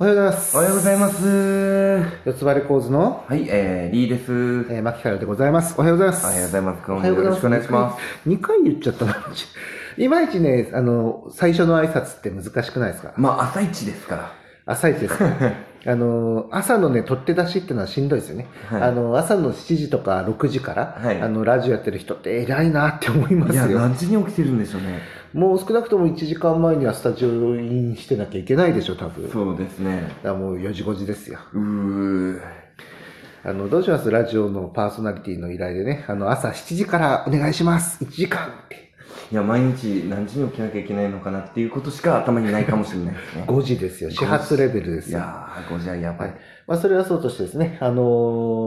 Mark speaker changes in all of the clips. Speaker 1: おはようございます。
Speaker 2: おはようございます。は
Speaker 1: 四つ葉レコーズの、
Speaker 2: い、えー、リーです。
Speaker 1: えー、牧原でございます。おはようございます。
Speaker 2: おはようございます。
Speaker 1: お
Speaker 2: 今
Speaker 1: は
Speaker 2: 度
Speaker 1: よう
Speaker 2: よ
Speaker 1: ござい
Speaker 2: ろ
Speaker 1: ま
Speaker 2: し
Speaker 1: す。
Speaker 2: くお願いします。
Speaker 1: 2回言っちゃったな。 いまいちね、あの、最初の挨拶って難しくないですか
Speaker 2: まあ、朝一です から。
Speaker 1: 朝一ですかあの、朝のね、取って出しってのはしんどいですよね。
Speaker 2: はい
Speaker 1: あの、朝の7時とか6時から、
Speaker 2: はい
Speaker 1: あの、ラジオやってる人って偉いなって思いま
Speaker 2: い
Speaker 1: す
Speaker 2: や、
Speaker 1: よ。
Speaker 2: 何時に起きてるんでしょうね。
Speaker 1: もう少なくとも1時間前にはスタジオインしてなきゃいけないでしょ、多分。だか
Speaker 2: そうですね。
Speaker 1: らもう4時5時ですよ。
Speaker 2: うー。
Speaker 1: あの、どうしますラジオのパーソナリティの依頼でね、あの、朝7時からお願いします。1時間って。
Speaker 2: いや、毎日何時に起きなきゃいけないのかなっていうことしか頭にないかもしれない ですね。
Speaker 1: 5時ですよ。始発レベルで
Speaker 2: い
Speaker 1: すよ。
Speaker 2: やー、5時はやばい。
Speaker 1: はいまあ、それはそうとしてですね、あのー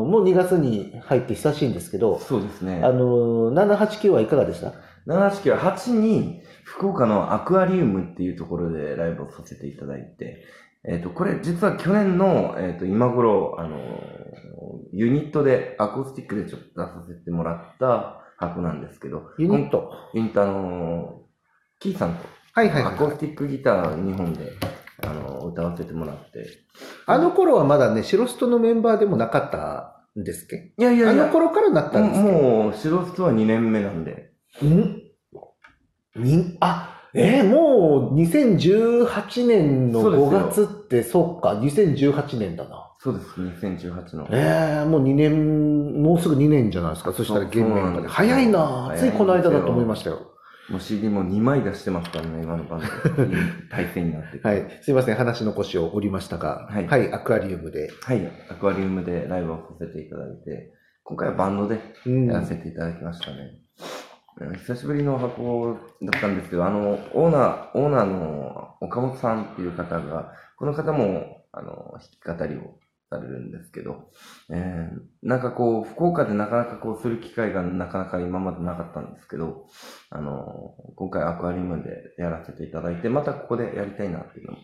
Speaker 1: もう2月に入って久しいんですけど、
Speaker 2: そうですね。
Speaker 1: あのー、789はいかがでした
Speaker 2: 789は8に、福岡のアクアリウムっていうところでライブをさせていただいて、えっ、と、これ実は去年の、えっ、と、今頃、あのー、ユニットで、アコースティックでちょっと出させてもらった箱なんですけど、
Speaker 1: ユニット。
Speaker 2: ユニットあのー、キーさんと
Speaker 1: はいはい
Speaker 2: アコー
Speaker 1: はい
Speaker 2: ス。ティックギター2本で、あのー歌わせてもらって、
Speaker 1: あの頃はまだね、白ストのメンバーでもなかったんですっけ
Speaker 2: いやい
Speaker 1: あ
Speaker 2: やいや、
Speaker 1: の頃からなったんですけど。
Speaker 2: もう、シロストは2年目なんで、
Speaker 1: んにあえーもう2018年の
Speaker 2: そうですよ
Speaker 1: 5月ってそうか2018年だな
Speaker 2: そうです、2018の。
Speaker 1: えー、もう2年もうすぐ2年じゃないですかそしたら
Speaker 2: そう
Speaker 1: 現メ
Speaker 2: そ
Speaker 1: ン
Speaker 2: うな
Speaker 1: バ
Speaker 2: ん
Speaker 1: ーで
Speaker 2: ですよ
Speaker 1: 早いな
Speaker 2: 早い
Speaker 1: つ
Speaker 2: んです
Speaker 1: い
Speaker 2: よ
Speaker 1: この間だと思いましたよ
Speaker 2: もう CD も2枚出してますからね、今のバンド。いい体制になってて
Speaker 1: はいすいません話の腰を折りましたがは、
Speaker 2: はいい
Speaker 1: アクアリウムで、
Speaker 2: はい、アクアリウムでライブをさせていただいて、今回はバンドで
Speaker 1: うん
Speaker 2: やらせていただきましたね。うん久しぶりの箱だったんですけど、あの、オーナー、オーナーの岡本さんっていう方が、この方も、あの、弾き語りをされるんですけど、えーなんかこう、福岡でなかなかこうする機会がなかなか今までなかったんですけど、あの、今回アクアリウムでやらせていただいて、またここでやりたいなっていうのも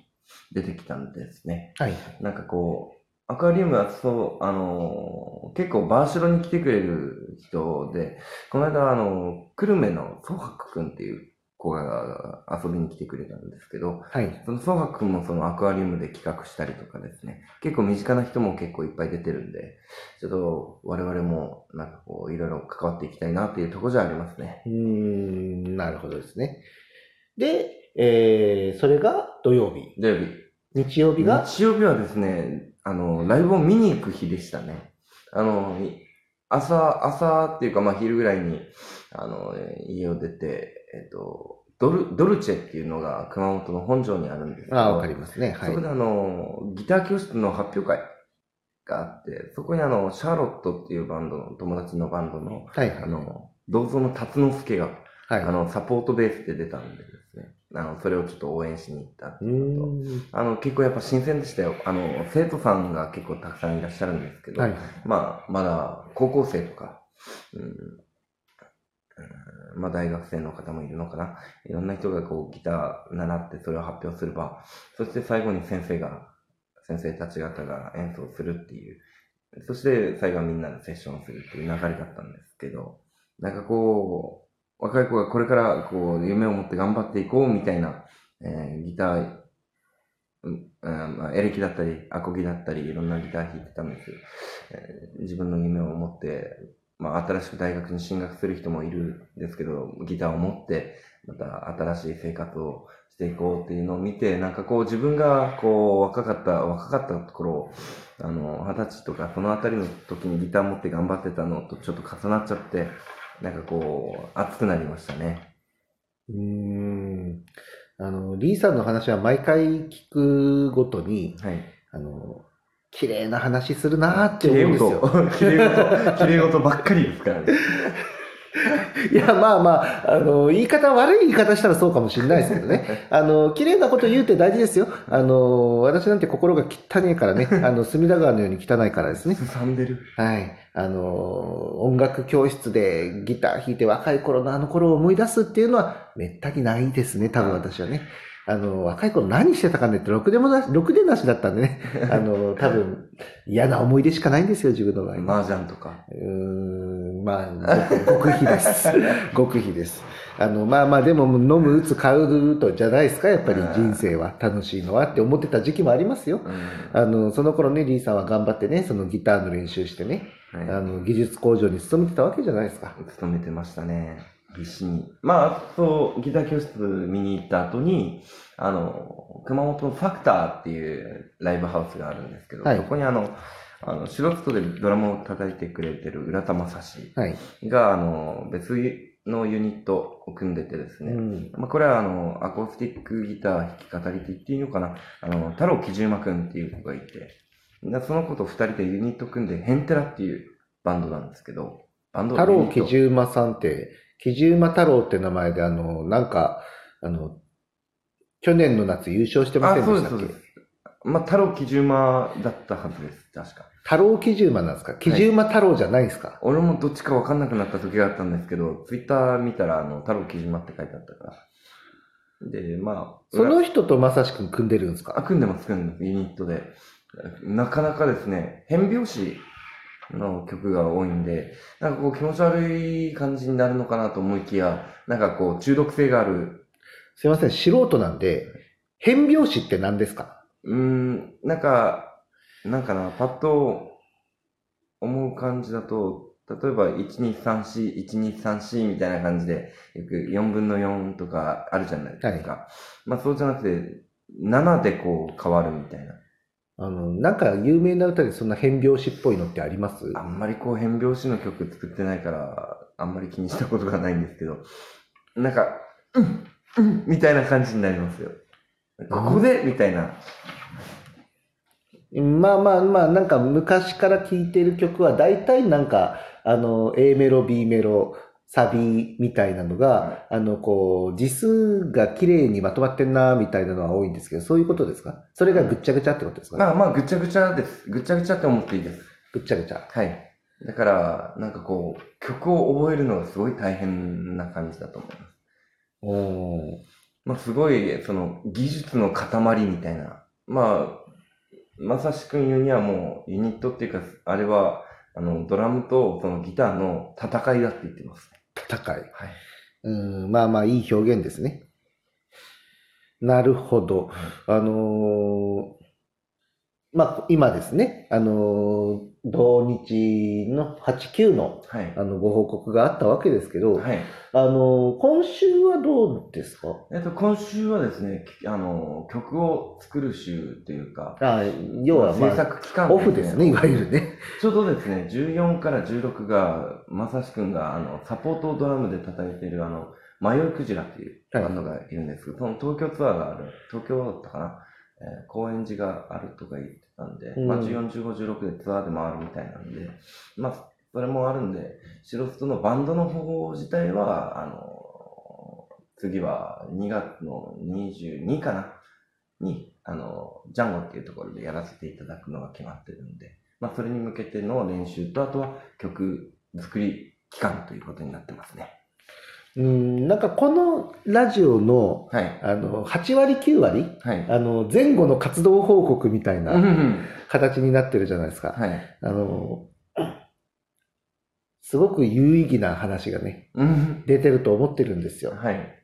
Speaker 2: 出てきたんですね。
Speaker 1: はい
Speaker 2: なんかこう、アクアリウムはそう、あのー結構バーシロに来てくれる人で、この間、あのー、久留米のソハクくんっていう子が遊びに来てくれたんですけど、
Speaker 1: はい
Speaker 2: そのソハクくんもそのアクアリウムで企画したりとかですね、結構身近な人も結構いっぱい出てるんで、ちょっと我々もなんかこう、いろいろ関わっていきたいなっていうところじゃありますね。
Speaker 1: うーんなるほどですねでえー、それが土曜日
Speaker 2: 土曜日。
Speaker 1: 日曜日が、
Speaker 2: 日曜日はですね、あの、ライブを見に行く日でしたね。あの、い朝、朝っていうか、まあ、昼ぐらいに、あの、えー家を出て、えっと、ドル、ドルチェっていうのが熊本の本庄にあるんですけど、
Speaker 1: ああわかりますねは
Speaker 2: そ
Speaker 1: い
Speaker 2: こであの、ギター教室の発表会があって、そこにあの、シャーロットっていうバンドの、友達のバンドの、
Speaker 1: はいはい
Speaker 2: あの、銅像の辰之助が、
Speaker 1: はい
Speaker 2: あの、サポートベースで出たんでですね、あの、それをちょっと応援しに行ったって
Speaker 1: う
Speaker 2: い
Speaker 1: ー
Speaker 2: うのと、
Speaker 1: ん
Speaker 2: あの、結構やっぱ新鮮でしたよ。あの、生徒さんが結構たくさんいらっしゃるんですけど、
Speaker 1: はいはい
Speaker 2: まあ、まだ高校生とか、うん、うんまあ大学生の方もいるのかな。いろんな人がこうギター習ってそれを発表すれば、そして最後に先生が、先生たち方が演奏するっていう、そして最後はみんなでセッションするっていう流れだったんですけど、なんかこう、若い子がこれからこう夢を持って頑張っていこうみたいな、えーギター、うんうんまあ、エレキだったり、アコギだったり、いろんなギター弾いてたんですよ。えー自分の夢を持って、まあ、新しく大学に進学する人もいるんですけど、ギターを持って、また新しい生活をしていこうっていうのを見て、なんかこう自分がこう若かった、若かったところ、あの、二十歳とかそのあたりの時にギター持って頑張ってたのとちょっと重なっちゃって、なんかこう、熱くなりましたね。
Speaker 1: うーんあの、リーさんの話は毎回聞くごとに、
Speaker 2: はい。
Speaker 1: あの、綺麗な話するなーって思うんですよ。
Speaker 2: 綺麗事、綺麗事ばっかりですからね。
Speaker 1: いや、まあまあ、あの、言い方、悪い言い方したらそうかもしれないですけどね。あの、綺麗なこと言うって大事ですよ。あの、私なんて心が汚いからね、あの、隅田川のように汚いからですね。
Speaker 2: すさんでる。
Speaker 1: はい。あの、音楽教室でギター弾いて若い頃のあの頃を思い出すっていうのはめったにないですね、多分私はね。あの、若い頃何してたかねって、ろくでもなし、ろくでなしだったんでね。あの、多分嫌な思い出しかないんですよ、自分の場合。
Speaker 2: 麻雀とか。
Speaker 1: うーん、まあ、ごく極秘です。 極秘です。あの、まあまあ、でも、飲む、打つ、買うとじゃないですか、やっぱり人生は楽しいのはって思ってた時期もありますよ。
Speaker 2: うん
Speaker 1: あの、その頃ね、リーさんは頑張ってね、そのギターの練習してね、
Speaker 2: はい
Speaker 1: あの、技術工場に勤めてたわけじゃないですか。
Speaker 2: 勤めてましたね。必死に。まあ、そう、ギター教室見に行った後に、あの、熊本のファクターっていうライブハウスがあるんですけど、
Speaker 1: はい
Speaker 2: そこにあの、あの、素人でドラムを叩いてくれてる浦田正史
Speaker 1: はい。
Speaker 2: が、あの、別のユニットを組んでてです
Speaker 1: う
Speaker 2: ね、
Speaker 1: ん。
Speaker 2: まあ、これはあの、アコースティックギター弾き語りって言っていいのかなあの、太郎木十馬くんっていう子がいて、でその子と二人でユニット組んで、ヘンテラっていうバンドなんですけど、バンド
Speaker 1: 太郎木
Speaker 2: 馬
Speaker 1: 十馬さんって、木十馬太郎って名前で、あの、なんか、あの、去年の夏優勝してませ
Speaker 2: あ、
Speaker 1: ん
Speaker 2: そう
Speaker 1: で
Speaker 2: で
Speaker 1: し
Speaker 2: す、
Speaker 1: た
Speaker 2: そう
Speaker 1: っけ
Speaker 2: です。まあ、太郎木十馬だったはずです、確か。
Speaker 1: 太郎木十馬なんですか木十馬太郎じゃないですか、
Speaker 2: 俺もどっちかわかんなくなった時があったんですけど、ツイッター見たら、あの、太郎木十馬って書いてあったから。で、まあ、
Speaker 1: その人とまさしくん組んでるんです
Speaker 2: あ、
Speaker 1: か
Speaker 2: 組んでます、組んでます、ユニットで。なかなかですね、変拍子の曲が多いんで、なんかこう気持ち悪い感じになるのかなと思いきや、なんかこう中毒性がある。
Speaker 1: すいません、素人なんで、変拍子って何ですか
Speaker 2: うーん、なんか、なんかな、パッと思う感じだと、例えば、1234、1234みたいな感じで、よく4分の4とかあるじゃないですか。まあそうじゃなくて、7でこう変わるみたいな。
Speaker 1: あの、なんか有名な歌でそんな変拍子っぽいのってあります
Speaker 2: あんまりこう変拍子の曲作ってないから、あんまり気にしたことがないんですけど、なんか、うん、うん、みたいな感じになりますよ。ここで、みたいな。
Speaker 1: まあまあまあ、なんか昔から聴いてる曲は大体なんか、あの、A メロ、B メロ、サビみたいなのが、あの、こう、字数が綺麗にまとまってんな、みたいなのは多いんですけど、そういうことですかそれがぐっちゃぐちゃってことですか、
Speaker 2: まあまあ、ぐちゃぐちゃです。ぐちゃぐちゃって思っていいです。
Speaker 1: ぐっちゃぐちゃ。
Speaker 2: はい。だから、なんかこう、曲を覚えるのがすごい大変な感じだと思います。
Speaker 1: おー
Speaker 2: まあ、すごい、その、技術の塊みたいな。まあ、まさしくん言うにはもう、ユニットっていうか、あれは、あの、ドラムとそのギターの戦いだって言ってます。
Speaker 1: 戦い。
Speaker 2: はい。
Speaker 1: うん、まあまあ、いい表現ですね。なるほど。あのーまあ、今ですね、あのー同日の8、9の
Speaker 2: はい。
Speaker 1: あの、ご報告があったわけですけど、
Speaker 2: はい。
Speaker 1: あの、今週はどうですか
Speaker 2: えっと、今週はですね、きあの、曲を作る週というか、
Speaker 1: あ要は、ま
Speaker 2: 制
Speaker 1: あ、
Speaker 2: 作期間
Speaker 1: オフですね、いわゆるね。
Speaker 2: ちょうどですね、14から16が、まさしくんが、あの、サポートをドラムで叩いてる、あの、迷いクジラっていうバンドがいるんですけど、その東京ツアーがある、東京だったかな、えー高円寺があるとか言ってたんで、
Speaker 1: うん
Speaker 2: まあ、14、15、16でツアーで回るみたいなんで、まあ、それもあるんで、素人のバンドの方自体は、あの、次は2月の22かなに、あの、ジャンゴっていうところでやらせていただくのが決まってるんで、まあ、それに向けての練習と、あとは曲作り期間ということになってますね。
Speaker 1: うん、なんかこのラジオの、
Speaker 2: はい。
Speaker 1: あの、8割、9割、
Speaker 2: はい。
Speaker 1: あの、前後の活動報告みたい
Speaker 2: うんう
Speaker 1: なん形になってるじゃないですか。
Speaker 2: はい。
Speaker 1: あの、すごく有意義な話がね、
Speaker 2: うん
Speaker 1: 出てると思ってるんですよ。
Speaker 2: はい。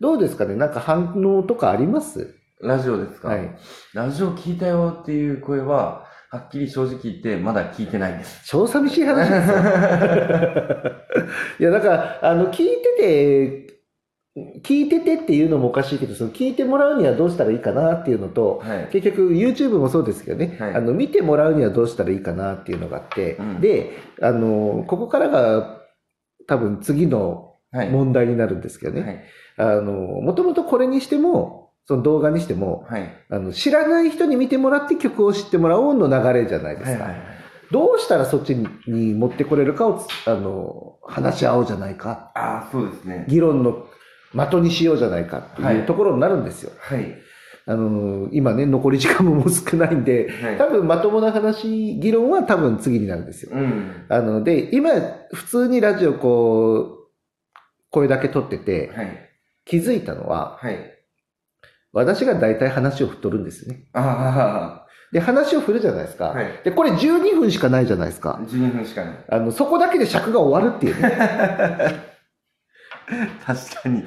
Speaker 1: どうですかねなんか反応とかあります
Speaker 2: ラジオですか、
Speaker 1: はい。
Speaker 2: ラジオ聞いたよっていう声は、はっきり正直言って、まだ聞いてないです。
Speaker 1: 超寂しい話ですよ。 いや、だから、あの、聞いてて、聞いててっていうのもおかしいけど、その聞いてもらうにはどうしたらいいかなっていうのと、
Speaker 2: はい。
Speaker 1: 結局 YouTube もそうですけどね、
Speaker 2: はい
Speaker 1: あの、見てもらうにはどうしたらいいかなっていうのがあって、
Speaker 2: うん
Speaker 1: で、あの、ここからが多分次の
Speaker 2: はい。
Speaker 1: 問題になるんですけどね、
Speaker 2: はい。
Speaker 1: あの、もともとこれにしても、その動画にしても、
Speaker 2: はい。
Speaker 1: あの、知らない人に見てもらって曲を知ってもらおうの流れじゃないですか。
Speaker 2: はい。はい。
Speaker 1: どうしたらそっちに持ってこれるかをつあの話し合おうじゃないか
Speaker 2: ああ、そうですね。
Speaker 1: 議論の的にしようじゃないかって
Speaker 2: はいいう
Speaker 1: ところになるんですよ。
Speaker 2: はい。
Speaker 1: あの今ね残り時間ももう少ないんで
Speaker 2: はい
Speaker 1: 多分まともな話議論は多分次になるんですよ。
Speaker 2: うん。
Speaker 1: あので今普通にラジオこう声だけ撮ってて
Speaker 2: はい。
Speaker 1: 気づいたのは
Speaker 2: はい。
Speaker 1: 私が大体話を振っとるんですよね。
Speaker 2: あ
Speaker 1: で、話を振るじゃないですか。
Speaker 2: あ、はい。
Speaker 1: で、これ12分しかないじゃないですか。
Speaker 2: 12分しかない。
Speaker 1: あの、そこだけで尺が終わるっていうね。
Speaker 2: 確かに。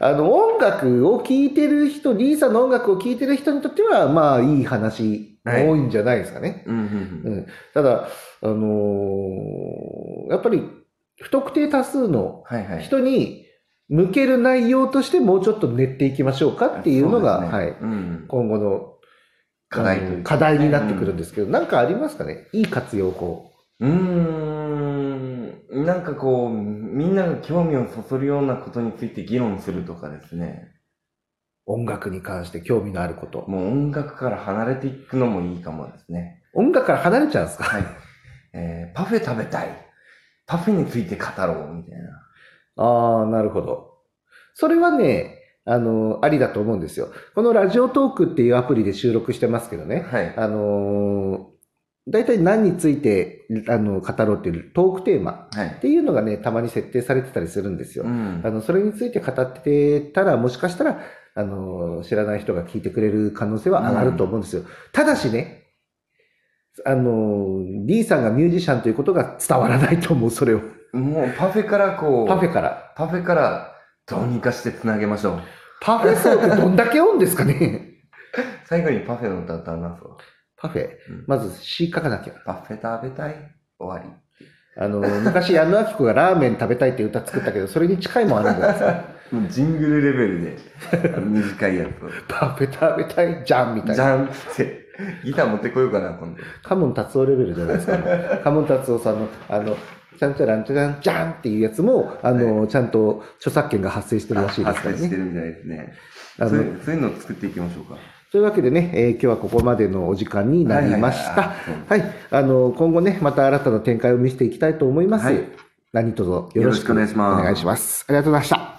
Speaker 1: あの、音楽を聴いてる人、リーサの音楽を聴いてる人にとっては、まあ、いい話、
Speaker 2: はい
Speaker 1: 多いんじゃないですかね。
Speaker 2: うんうんう。
Speaker 1: うんん。ただ、あのーやっぱり、不特定多数の
Speaker 2: はいはい。
Speaker 1: 人に向ける内容として、もうちょっと練っていきましょうかっていうのが、
Speaker 2: そですね
Speaker 1: はい。
Speaker 2: うん。
Speaker 1: 今後の
Speaker 2: 課題と
Speaker 1: あ
Speaker 2: い
Speaker 1: の
Speaker 2: うか。
Speaker 1: 課題になってくるんですけど、なんかありますかねいい活用法。
Speaker 2: うーん。なんかこう、みんなが興味をそそるようなことについて議論するとかですね。
Speaker 1: 音楽に関して興味のあること。
Speaker 2: もう音楽から離れていくのもいいかもですね。
Speaker 1: 音楽から離れちゃうんですか
Speaker 2: はい。えーパフェ食べたい。パフェについて語ろう、みたい な。
Speaker 1: ああ、なるほど。それはね、あの、ありだと思うんですよ。このラジオトークっていうアプリで収録してますけどね。
Speaker 2: はい。
Speaker 1: あのー大体何について、あの、語ろうっていうトークテーマ
Speaker 2: は
Speaker 1: っ
Speaker 2: い。
Speaker 1: ていうのがね、たまに設定されてたりするんですよ
Speaker 2: う。ん
Speaker 1: あ。の、それについて語ってたら、もしかしたら、あの、知らない人が聞いてくれる可能性は上がると思うんですよ。ただしね、あの、D さんがミュージシャンということが伝わらないと思う、それを。
Speaker 2: もうパフェからこう、
Speaker 1: パフェから。
Speaker 2: パフェからどうにかしてつなげましょう。
Speaker 1: パフェ層ってどんだけ多いんですかね
Speaker 2: 最後にパフェの歌歌うなそう。
Speaker 1: パフェ
Speaker 2: うん。
Speaker 1: まず詩書かなきゃ。
Speaker 2: パフェ食べたい。終わ
Speaker 1: あの、昔矢野明子がラーメン食べたいって歌作ったけど、それに近いもんあるんじゃ ないですか。
Speaker 2: り。もうジングルレベル で、あの短いやつを。
Speaker 1: パフェ食べたいじゃんみたい
Speaker 2: じ
Speaker 1: な。
Speaker 2: ゃんって。ギター持ってこようかな、今度。
Speaker 1: カモン達夫レベルじゃないですか。 カモン達夫さんの、あの、ちゃんちゃらんちゃらんじゃんっていうやつも、あの、ちゃんと著作権が発生してるらしいです
Speaker 2: 発
Speaker 1: から
Speaker 2: 生して
Speaker 1: ね。
Speaker 2: るみたいですね。
Speaker 1: あ
Speaker 2: そ
Speaker 1: の
Speaker 2: ういうそういうのを作っていきましょうか。
Speaker 1: というわけでね、えー今日はここまでのお時間になりまし
Speaker 2: はい
Speaker 1: た。
Speaker 2: はいはいはい
Speaker 1: はい。あの、今後ね、また新たな展開を見せていきたいと思います。
Speaker 2: はい
Speaker 1: 何卒よろしく
Speaker 2: よろしくお願いします
Speaker 1: お願いします。ありがとうございました。